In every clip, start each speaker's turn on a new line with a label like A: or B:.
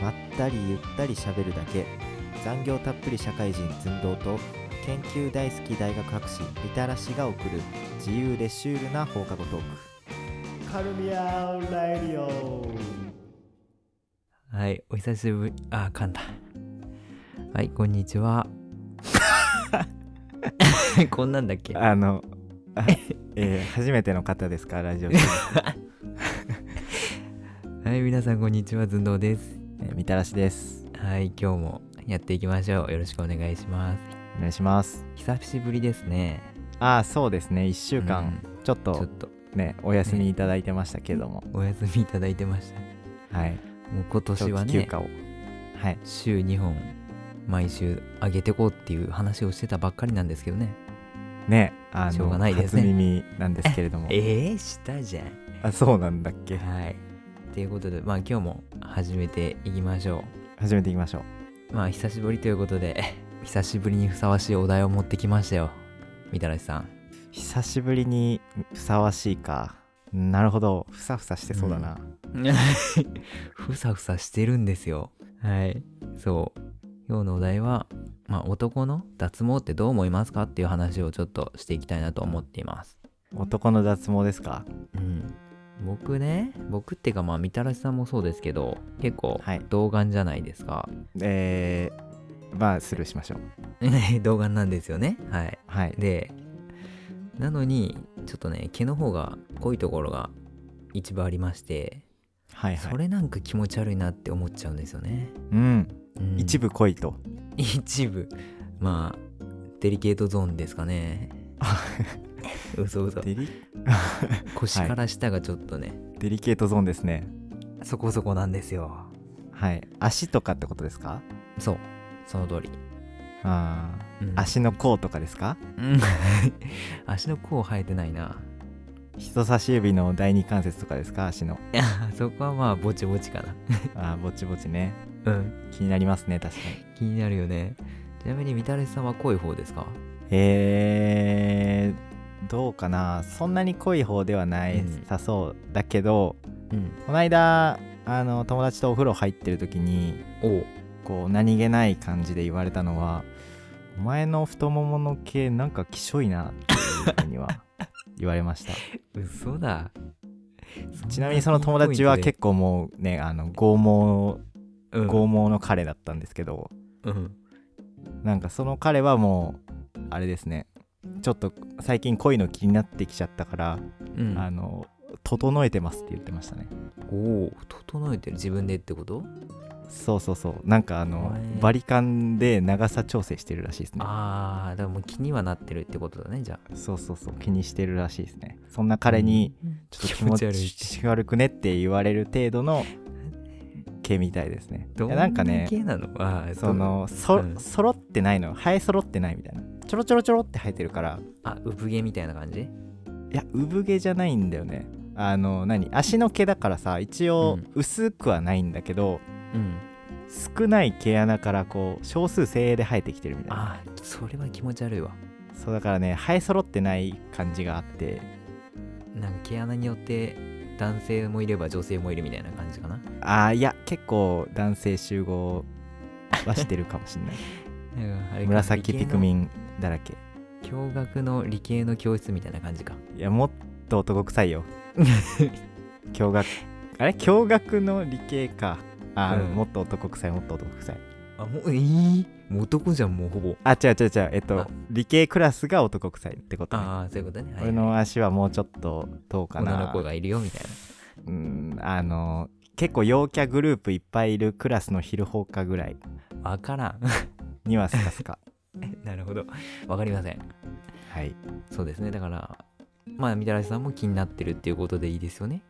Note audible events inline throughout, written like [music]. A: まったりゆったり喋るだけ残業たっぷり社会人寸胴と研究大好き大学博士みたらしが送る自由でシュールな放課後トー
B: カルミアラディオ
C: はい、お久しぶり、あ、噛んだ。はい、こんにちは。 [laughs] こんなんだっけ
A: クあの、あえー初めての方ですか [laughs] ラジオで、
C: はい、皆さんこんにちは、ずんどうです。
A: えーみたらしです
C: はい、今日もやっていきましょう。よろしくお願いします。
A: お願いします
C: 久しぶりですね。
A: ああそうですね1週間
C: うん
A: ちょっ
C: ちょ
A: と
C: っと
A: ね、お休みいただいてましたけども、
C: お休みいただいてました。
A: はい
C: もう今年は
A: 長期休
C: ね、
A: 暇をはい
C: 週2本、毎週上げてこうっていう話をしてたばっかりなんですけどね。
A: ねあの
C: しょうがないですね
A: 初耳なんですけれ [laughs] ども
C: えー、したじゃん。
A: あ [laughs] そうなんだっけ
C: はい。ということで、まあ今日も始めていきましょう。
A: 始めていきましょう
C: まあ久しぶりということで [laughs] 久しぶりにふさわしいお題を持ってきましたよみたらしさ [laughs] ん
A: 久しぶりにふさわしいかなるほどふさふさしてそうだな、
C: ふさふさしてるんですよはいそう今日のお題は、まあ、男の脱毛ってどう思いますかっていう話をちょっとしていきたいなと思っています
A: 男の脱毛ですか
C: うん僕ね僕っていうかまあみたらしさんもそうですけど結構
A: はい
C: 童顔じゃないですか、
A: えー、まあスルーしましょう
C: [laughs] 童顔なんですよねはい
A: はい
C: でなのにちょっとね毛の方が濃いところが一部ありまして、
A: はいはい
C: それなんか気持ち悪いなって思っちゃうんですよね、
A: うん
C: うん
A: 一部濃いと
C: 一部まあデリケートゾーンですか [laughs] ね嘘嘘
A: デリ
C: 腰から下がちょっとね、
A: デリケートゾーンですね
C: そこそこなんですよ
A: はい足とかってことですか
C: そうその通り、
A: あー
C: うん
A: 足の甲とかですか
C: うん [laughs] 足の甲生えてないな
A: 人差し指の第二関節とかですか足の
C: いやそこはまあぼちぼちかな
A: あーぼちぼちね
C: うん
A: 気になりますね確かに
C: 気になるよねちなみにみたらしさんは濃い方ですか
A: えー、どうかなそんなに濃い方ではない
C: うん
A: さそうだけど、
C: うん
A: この間あの友達とお風呂入ってる時に
C: お
A: こう何気ない感じで言われたのは「お前の太ももの毛なんかきしょいな」っていうふうには言われました
C: 嘘だ
A: ちなみにその友達は結構もうねあの剛毛
C: 構、うん
A: 剛毛の彼だったんですけど、
C: うん
A: なんかその彼はもうあれですねちょっと最近恋の気になってきちゃったから
C: うん
A: あの整えてますって言ってましたね
C: おお整えてる自分でってこと
A: そうそうそうなんかあの
C: へー
A: バリカンで長さ調整してるらしいですね
C: ああだからもう気にはなってるってことだねじゃあ
A: そうそうそう気にしてるらしいですねそんな彼に
C: うん
A: ちょっと気持
C: 気持ち悪い
A: ち悪くねって言われる程度の毛みたいですねい
C: ど
A: やな
C: んなん
A: かね
C: 系なのあー
A: そのそ
C: うん
A: 揃ってないの生え揃ってないみたいなちょろちょろちょろって生えてるから
C: あ産毛みたいな感じ
A: いや産毛じゃないんだよねあの何足の毛だからさ一応
C: うん
A: 薄くはないんだけど、
C: うん
A: 少ない毛穴からこう少数精鋭で生えてきてるみたいな
C: あーそれは気持ち悪いわ
A: そうだからね生え揃ってない感じがあって
C: なんか毛穴によって男性もいれば女性もいるみたいな感じかな
A: あーいや結構男性集合はしてるかもしんない
C: [laughs] うんあれか
A: 紫ピクミ
C: ン
A: ンだらけ
C: 驚愕の理系の教室みたいな感じか
A: いやもっと男臭
C: [laughs]
A: いよ驚愕あれ驚愕の理系かあー、
C: うん
A: もっと男臭いもっと男臭い
C: あもうえー、もう男じゃんもうほぼ
A: あ違う違う違うえっと
C: あ
A: 理系クラスが男臭いってこと、ね、
C: ああそういうことね、はいはい
A: 俺の足はもうちょっとどうかな
C: 女の子がいるよみたいな
A: うんあの結構陽キャグループいっぱいいるクラスの昼放課ぐらい
C: わからん [laughs]
A: にはスカスカ
C: なるほどわかりません
A: はい
C: そうですねだからまあみたらしさんも気になってるっていうことでいいですよね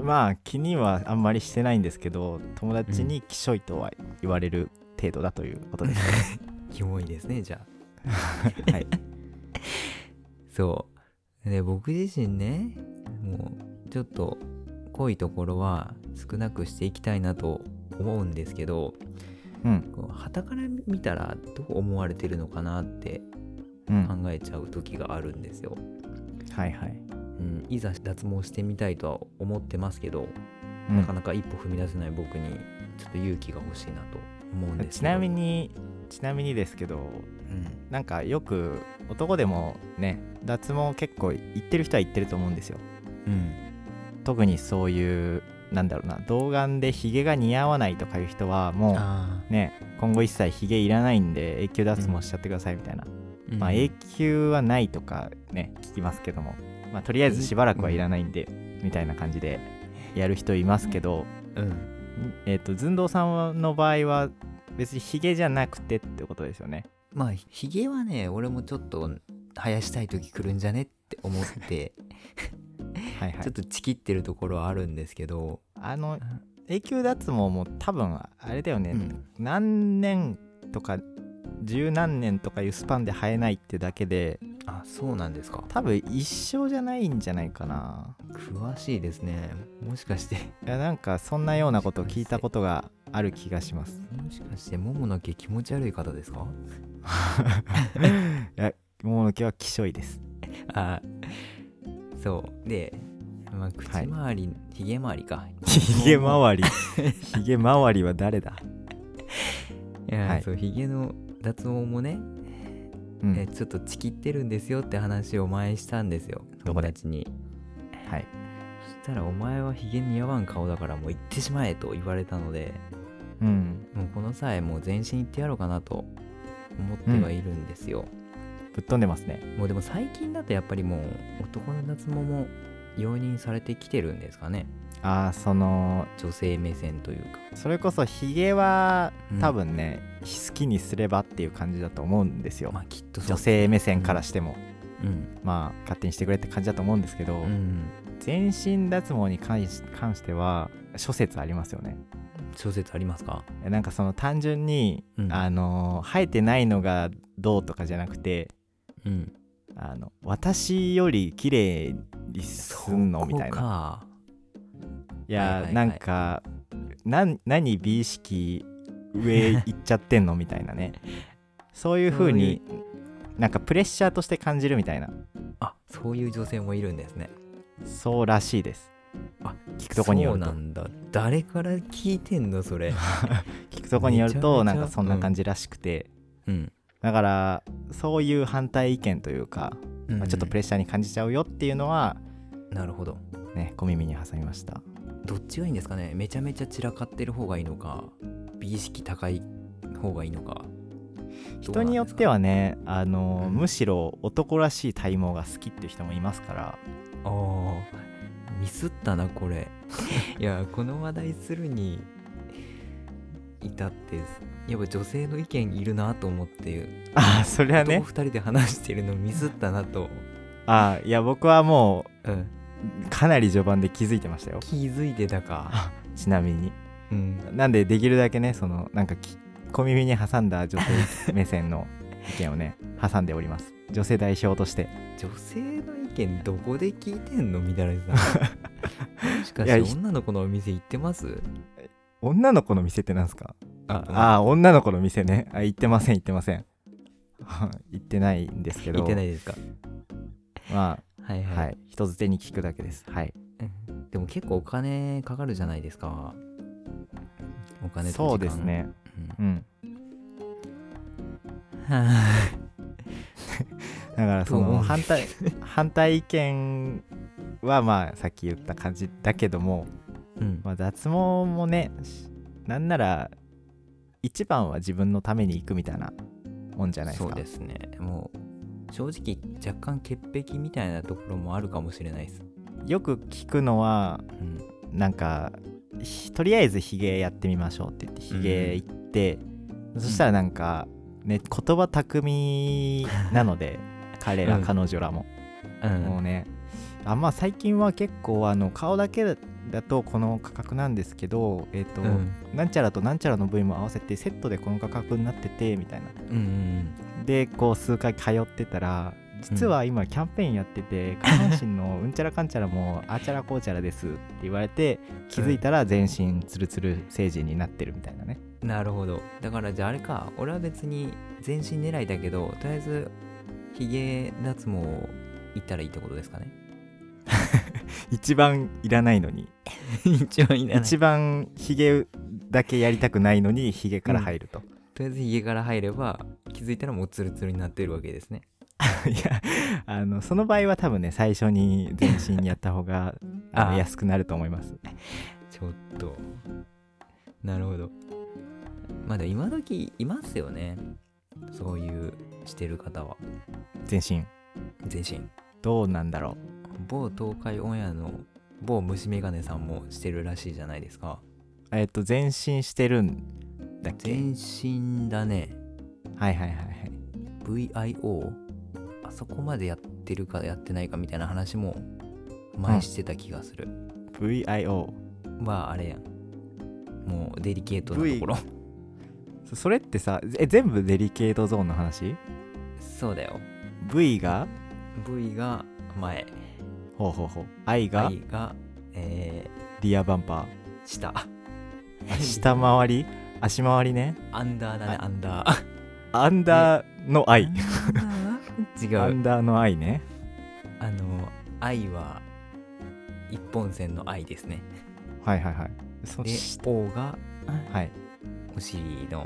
A: まあ気にはあんまりしてないんですけど友達にきしょいとは言われる程度だということです、
C: キモいですねじゃあ
A: はい
C: そうで僕自身ねもうちょっと濃いところは少なくしていきたいなと思うんですけど
A: うん
C: はたから見たらどう思われてるのかなって
A: うん
C: 考
A: は
C: えちゃう時があるんですよ、
A: いはい
C: うん、いざ脱毛してみたいとは思ってますけど
A: うん
C: なかなか一歩踏み出せない僕にちょっと勇気が欲しいなと思うんです
A: ちなみ、にちなみにですけど
C: うん、
A: なんかよく男でもね脱毛結構言ってる人は言ってると思うんですよ
C: うん
A: 特にそういうなんだろうな童顔でヒゲが似合わないとかいう人はもう
C: あ
A: ね今後一切ヒゲいらないんで永久脱毛しちゃってくださいみたいな、
C: ー
A: まあ永久はないとかね聞きますけども、まあ、とりあえずしばらくはいらないんで、みたいな感じでやる人いますけど、
C: うん
A: えっ、と寸胴さんの場合は別にヒゲじゃなくてってことですよね
C: まあひげはね俺もちょっと生やしたい時来るんじゃねって思 [laughs] って、
A: はいは
C: ちょっ
A: い
C: とちきってるところはあるんですけど、
A: あの永久脱毛も多分あれだよね、
C: うん
A: 何年とか十何年とかいうスパンで生えないってだけで
C: あそうなんですか
A: 多分一生じゃないんじゃないかな
C: 詳しいですねもしかして
A: いやなんかそんなようなことを聞いたことがある気がします
C: もしかしてももの毛気持ち悪い方ですか
A: 桃の毛は希少いです
C: あそうで、まあ、口
A: はい
C: 周りひげ、周り [laughs] か
A: ひげ周 [laughs] りひげ周りは誰だ、
C: いや、
A: はい
C: そうひげの脱毛もね、
A: うん
C: えちょっとちきってるんですよって話を前にしたんですよ
A: ど
C: 友
A: こで
C: 達に
A: はい
C: そしたら「お前はひげ似合わん顔だからもう行ってしまえ」と言われたので
A: うん
C: もうこの際もう全身行ってやろうかなと思ってはいるんですよ、
A: ぶっ飛んでますね
C: もうでも最近だとやっぱりもう男の脱毛も容認されてきてるんですかね
A: ああその
C: 女性目線というか
A: それこそひげは
C: うん
A: 多分ね、好きにすればっていう感じだと思うんですよ、
C: まあきっとそう
A: 女性目線からしても、
C: うん
A: まあ勝手にしてくれって感じだと思うんですけど、
C: うん
A: 全身脱毛に関し関しては諸説ありますよね
C: 小説ありますか
A: えなんかその単純に、
C: うん
A: あの生えてないのがどうとかじゃなくて
C: うん
A: あの私より綺麗にすんのみたいな
C: ない
A: や、
C: はいはいはい
A: なんかなん何美意識上行っちゃってんのみたいな
C: [laughs]
A: ねそういう風になんかプレッシャーとして感じるみたいな
C: あそういう女性もいるんですね
A: そうらしいです
C: あ
A: 聞くとこによる
C: そ
A: と
C: うなんだ誰から聞いてんのそれ
A: 聞くとこによると
C: め
A: な
C: ちゃめちゃ
A: んかそんな感じらしくて、
C: うん、
A: だからそういう反対意見というか、まあ、ちょっとプレッシャーに感じちゃうよっていうのは
C: なるほど
A: ね小耳に挟みました
C: どっちがいいんですかねめちゃめちゃ散らかってる方がいいのか美意識高い方がいいのか
A: 人によってはねあの、
C: うん
A: むしろ男らしい体毛が好きっていう人もいますから
C: ああーミスったなこ
A: [laughs]
C: れいやこの話題するに至ってやっぱ女性の意見いるなと思って
A: ああそれは
C: 男
A: ね
C: 2人で話してるのミスったなと、
A: ああいや僕はも
C: うん、
A: うかなり序盤で気づいてましたよ
C: 気づいて
A: [laughs]
C: たか、
A: ちなみに
C: うん、
A: なんでできるだけねそのなんかき小耳に挟んだ女性目線 [laughs] の意見をね挟んでおります女性代表として
C: 女性の意見どこで聞いてんのみたいなもしか
A: い
C: し
A: や
C: て
A: い
C: 女の子のお店行ってます
A: 女の子の店ってなんすか
C: あ
A: ああ女の子の店ねあ行ってません行ってません [laughs] 行ってないんですけど
C: 行ってないですか
A: ま
C: はい
A: あ
C: はい、
A: はい人づてに聞くだけですはい
C: でも結構お金かかるじゃないですかお金と時間
A: そうです、ね
C: うん
A: うん
C: は
A: [laughs] だからそ
C: と思う
A: の
C: ん
A: 反対反対意見はまあさっき言った感じだけども
C: いうん
A: まあ、脱毛もねしなんなら一番は自分のために行くみたいなもんじゃないです
C: そう
A: か
C: ですねもう正直若干潔癖みたいなところもあるかもしれないです、
A: よく聞くのは
C: うん、
A: なんかひとりあえずヒゲやってみましょうって言ってヒゲ行って、そしたらなんか、ね、言葉巧みなの
C: [laughs]
A: で彼ら、
C: うん
A: 彼女らも、
C: うん
A: もうねあまあ最近は結構あの顔だけだとこの価格なんですけど、えっと
C: うん
A: なんちゃらとなんちゃらの部位も合わせてセットでこの価格になっててみたいな
C: うんうん
A: でこう数回通ってたら実は今キャンペーンやってて、下半身のうんちゃらかんちゃらもあちゃらこうちゃらですって言われて気づいたら全身ツルツル成人になってるみたいなね
C: うんなるほどだからじゃああれか俺は別に全身狙いだけどとりあえずヒゲ脱毛行ったらいいってことですかね
A: 一番いらないのに
C: [laughs] 一番いらない
A: 一番ヒゲだけやりたくないのにヒゲから入ると、
C: とりあえず家から入れば気づいたらもうツルツルになってるわけですね
A: いやあのその場合は多分ね最初に全身にやった方が [laughs] あの
C: ああ
A: 安くなると思います
C: ちょっとなるほどまだ今時いますよねそういうしてる方は
A: 全身
C: 全身
A: どうなんだろ
C: 某東海オンエアの某虫眼鏡さんもしてるらしいじゃないですか
A: うえっ、と全身してるんだっけ
C: 全身だね
A: はいはいはいはい
C: VIO あそこまでやってるかやってないかみたいな話も前してた気がする、
A: VIO
C: まああれやんもうデリケートなところ [laughs]
A: そそれってさえ全部デリケートゾーンの話
C: そうだよ
A: V が
C: V が前
A: ほうほうほう I が
C: I が、え
A: リアバンパ
C: ー、下
A: ー、下回り足回りね
C: アンダーだね
A: あ
C: アンダー
A: アンダーの I
C: [laughs] 違
A: ア
C: う
A: ンダーの I ね
C: あの I は一本線の I ですね
A: はいはいはいそ
C: で
A: し
C: O が
A: はい
C: お尻の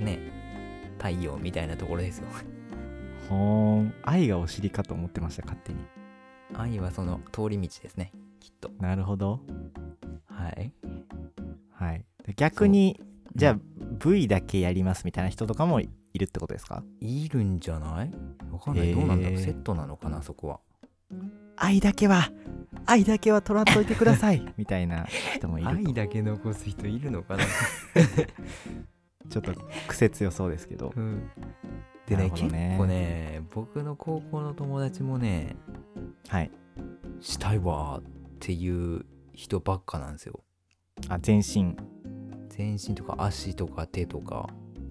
C: ね太陽みたいなところですよ [laughs]
A: ほーん I がお尻かと思ってました勝手に
C: I はその通り道ですねきっと
A: なるほど
C: はい
A: はいで逆にじゃ
C: う
A: あ V だけやりますみたいな人とかもいるってことですか
C: いるんじゃないわかんない、
A: へー
C: どうなんだろうセットなのかなそこは
A: ?I だけは I だけは取らんといてください [laughs] みたいな人もいると
C: 愛だけ残す人いるのか [laughs] な、
A: ちょっと癖強そうですけど
C: うん、で
A: な
C: ね
A: るほ
C: 結
A: どね
C: 構ね僕の高校の友達もね
A: はい
C: したいわーっていう人ばっかなんですよ
A: あ全身
C: 全身とか足とか手とか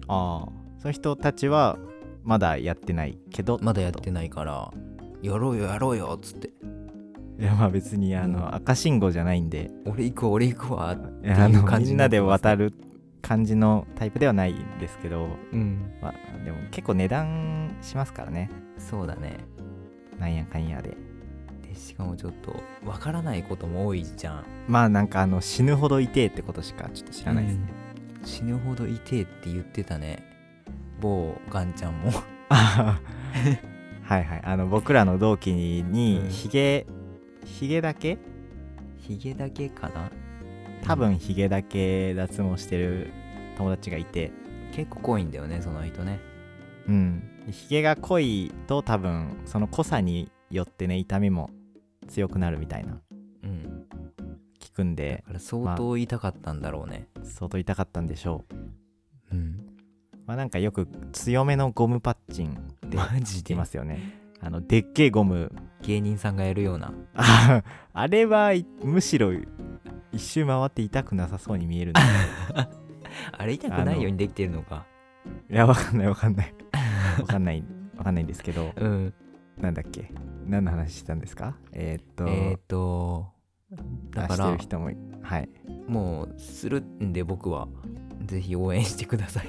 A: ああそういう人たちはまだやってないけど
C: まだやってないからやろうよやろうよっつって
A: い [laughs] やまあ別にあの、
C: うん
A: 赤信号じゃないんで
C: 俺行くわ俺行くわーって
A: あ
C: いう
A: の
C: 感
A: み
C: じ
A: ん
C: にな
A: な
C: って
A: で
C: ますね
A: 渡る感じのタイプではないんですけど、
C: うん
A: まあ、でも結構値段しますからね
C: そうだね
A: なんやかんやで
C: でしかもちょっとわからないことも多いじゃん
A: まあなんかあの死ぬほど痛えってことしかちょっと知らないですね、
C: うん死ぬほど痛えって言ってたね某ガンちゃん [laughs] も
A: ああはいはいあの僕らの同期に
C: うん
A: ひげ、ひげだけ
C: ヒゲだけかな
A: 多分ひげだけ脱毛してる友達がいて
C: 結構濃いんだよねその人ね
A: うんひげが濃いと多分その濃さによってね痛みも強くなるみたいな
C: うん
A: 聞くん
C: だ
A: で
C: から相当痛かったんだろうね、
A: 相当痛かったんでしょ
C: うん
A: うまあなんかよく強めのゴムパッチンって
C: マジ
A: 言
C: で
A: いますよね
C: [laughs]
A: あのでっけえゴム [laughs]
C: 芸人さんがやるような
A: ああれはいむしろ一周回って痛くなさそうに見え
C: [laughs]
A: るんで
C: あれ痛くないようにできてるのか
A: いやわかんないわかん
C: [laughs]
A: ないわかんないわかんないんですけど
C: うん
A: なんだっけ何の話してたんですかえーっと、
C: えっ、とだ
A: 出
C: か
A: してる
C: ら
A: 人もはい
C: もうするんで僕はぜひ応援してください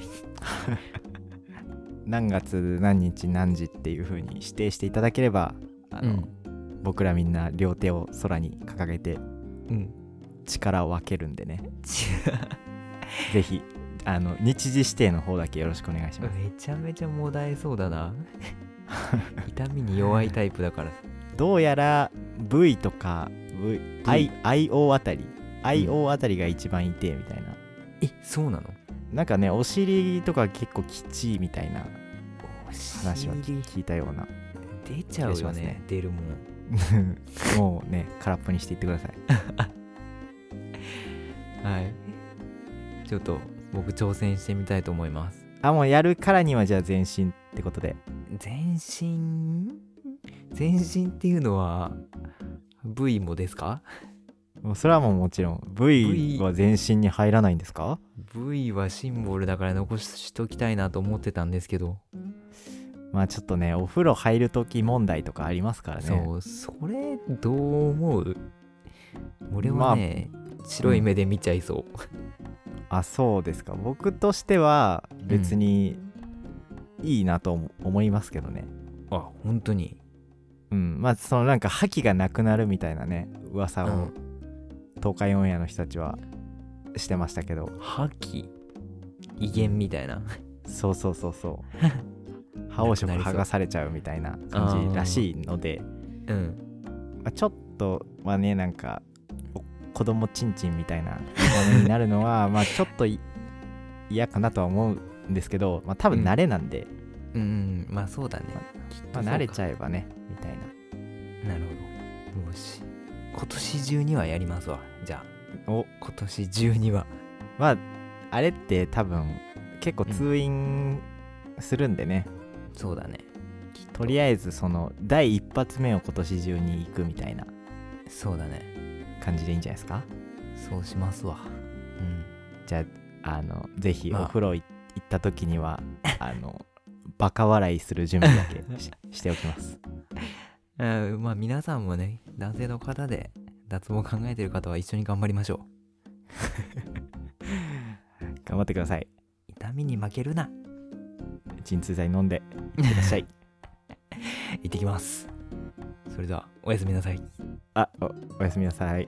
A: 何月何日何時っていう風に指定していただければあの、僕らみんな両手を空に掲げて
C: [laughs] うん
A: 力を分けるんでね [laughs]
C: ち
A: ぜひあの日時指定の方だけよろしくお願いします、
C: めちゃめちゃもだえそうだ [laughs] な痛みに弱いタイプだから
A: どうやら V とか v I IO あたり IO あたりが一番痛いみたいな、
C: えそうなの
A: なんかねお尻とか結構きちいみたいな
C: お
A: 話は
C: 尻
A: 聞いたような
C: 出ちゃ
A: 気
C: う
A: がし
C: よ
A: ます
C: ね
A: ね
C: 出るもん
A: もうね空っぽにしていってください
C: はいちょっと僕挑戦してみたいと思います
A: あもうやるからにはじゃあ全身ってことで
C: 全身全身っていうのは V もですか
A: もうそれはもうもちろん V
C: V
A: は全身に入らないんですか
C: V はシンボルだから残しときたいなと思ってたんですけど、
A: まあちょっとねお風呂入る時問題とかありますからね
C: そうそれどう思う俺はね、白い目で見ちゃいそう、
A: あそうですか僕としては別にいいなと思思いますけどね
C: あ本当に
A: うんまあそのなんか覇気がなくなるみたいなね噂
C: う
A: を
C: ん
A: 東海オンエアの人たちはしてましたけど
C: 覇気威厳みたいな
A: そうそうそうそう [laughs] 覇王色剥がされちゃうみたいな感じらしいので
C: うん
A: まあ、ちょっとはねなんかお子供ちんちんみたいなものになるのは [laughs] まあちょっとい嫌かなとは思うんですけど、まあ、多分慣れなんで、
C: うんまあそうだねきっと
A: まあ、慣れち
C: ゃ
A: ゃえばねみたいな
C: うなるほどよし今年中にはやりますわじゃあ
A: お
C: 今年中には
A: まああれって多分結構通院するんでね、
C: そうだね
A: とりあえずその第一発目を今年中に行くみたいな
C: そうだね
A: 感じでいいんじゃないですか
C: そうしますわうん
A: じゃああのぜひ
C: まあ
A: お風呂い行った時にはあのバカ笑いする準備だけししておきます
C: うんまあ皆さんもね男性の方で脱毛考えてる方は一緒に頑張りましょ
A: 頑張ってくださいう
C: 痛みに負けるな
A: 鎮痛剤飲んでいってらっしゃい
C: 行ってきますそれではおやすみなさい
A: [laughs] あおおやすみなさい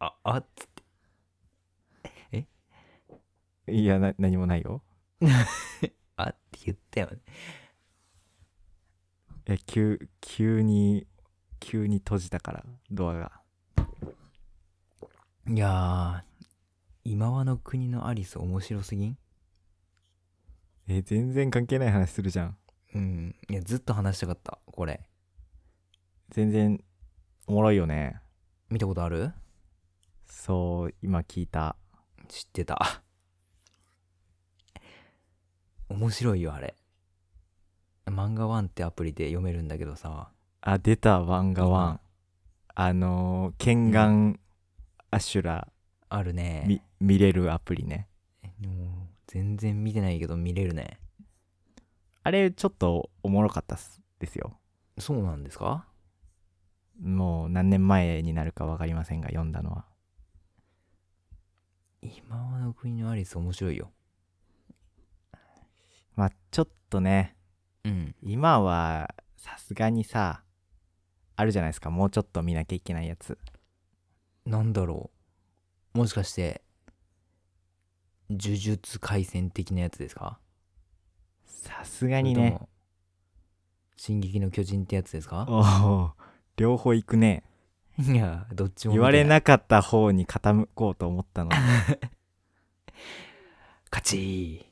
C: ああっつって
A: いやな何もないよ
C: あって言ったよね
A: え急急に急に閉じたからドアが
C: いやー今和の国のアリス面白すぎん
A: え全然関係ない話するじゃん
C: うんいやずっと話したかったこれ
A: 全然おもろいよね
C: 見たことある
A: そう今聞いた
C: 知ってた面白いよあれ漫画ワンってアプリで読めるんだけどさ
A: あ出たワンガワンあのー剣眼アシュラ
C: あるね
A: 見見れるアプリね
C: でも全然見てないけど見れるね
A: あれちょっとおもろかったっすですよ
C: そうなんですか
A: もう何年前になるか分かりませんが読んだのは
C: 今和の国のアリス面白いよ
A: まあちょっとね
C: うん
A: 今はさすがにさあるじゃないですかもうちょっと見なきゃいけないやつ
C: なんだろうもしかして呪術廻戦的なやつですか
A: さすがにね
C: それとも進撃の巨人ってやつですか
A: おお両方行くね
C: いやどっちも
A: 言われ
C: い
A: なかった方に傾こうと思ったのに [laughs]
C: カチ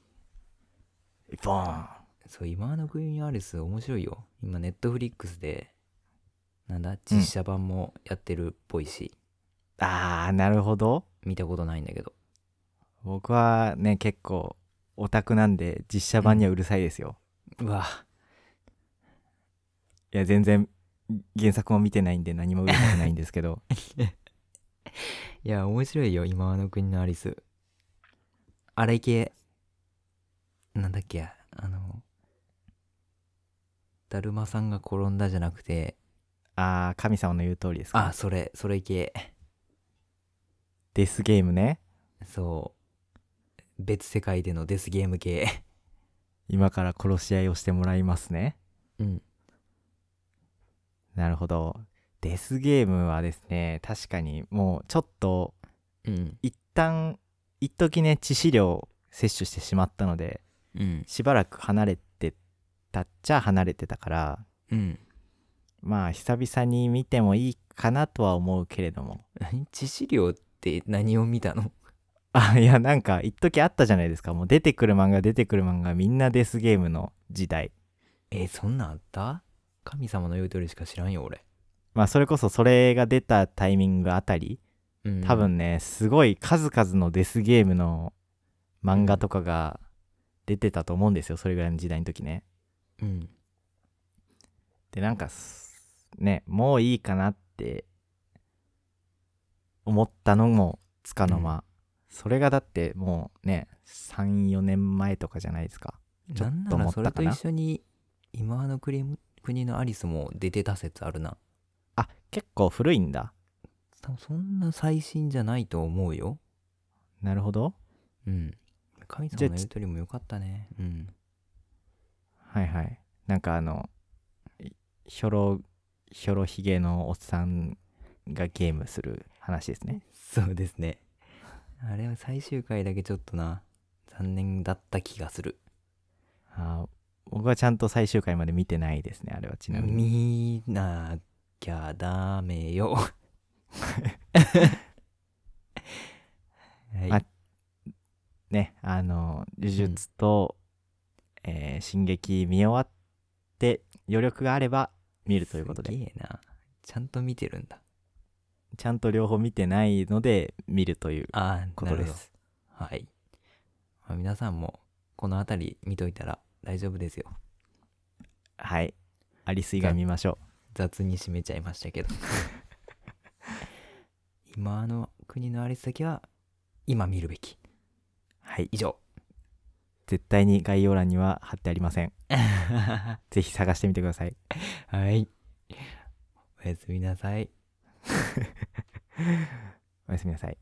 C: ー
A: ボーン
C: そう今和の国のアリス面白いよ今ネットフリックスでなんだ実写版もやってるっぽいし、
A: あーなるほど
C: 見たことないんだけど
A: 僕はね結構オタクなんで実写版にはうるさいですよ、
C: うわ
A: いや全然原作も見てないんで何もうるさくないんですけど
C: [laughs] いや、面白いよ、今和の国のアリス。あれ系、なんだっけ、あの、だるまさんが転んだじゃなくて、
A: ああ神様の言う通りですか
C: あ、それ、それ系、
A: デスゲームね
C: そう、別世界でのデスゲーム系。
A: 今から殺し合いをしてもらいますね
C: うん。
A: なるほど。デスゲームはですね、確かにもうちょっと
C: うん。
A: 一旦、一時ね、致死量を摂取してしまったので、
C: うん。
A: しばらく離れてたっちゃ離れてたから、
C: [laughs] うん。
A: まあ久々に見てもいいかなとは思うけれども。 [laughs]
C: 何致死量って何を見たの
A: あ、いや、なんか一時あったじゃないですか。もう出てくる漫画出てくる漫画みんなデスゲームの時代。
C: え、そんなんあった神様の言う通りしか知らんよ、俺。
A: まあそれこそそれが出たタイミングあたり、
C: うん
A: 多。分ねすごい数々のデスゲームの漫画とかが出てたと思うんですよそれぐらいの時代の時ね
C: うん。
A: でなんかすねもういいかなって思ったのもつかの間、それがだってもうね34年前とかじゃないですかちょ
C: な
A: っ
C: んな
A: と思
C: ら
A: った
C: そ
A: か
C: れ
A: な
C: と一緒に今和のクリーム国のアリスも出てた説あるな
A: あ結構古いんだ
C: 多分そんな最新じゃないと思うよ
A: なるほど
C: うん神
A: じゃ
C: 様
A: あ
C: の言うとりもよかったねうん
A: はいはいなんかあのいひょろひょろひげのおっさんがゲームする話ですね
C: そうですねあれは最終回だけちょっとな残念だった気がする
A: あー僕はちゃんと最終回まで見てないですねあれはちなみに
C: 見なきゃダメ [laughs] よはい、
A: あねあの呪術と、えー進撃見終わって余力があれば見るということです
C: げえなちゃんと見てるんだ
A: ちゃんと両方見てないので見るという
C: ああ
A: ことで
C: なるほ
A: す
C: どはい、まあ、皆さんもこの辺り見といたら大丈夫ですよ
A: はいアリス以外見ましょ
C: 雑に締めちゃいまし
A: [laughs]
C: たけど今の国のあり先は今見るべき
A: うはい
C: 以
A: [laughs]
C: 上
A: 絶対に概要欄には貼ってありません
C: は
A: ぜひ探してみてください
C: いおやすみなさい
A: おやすみなさい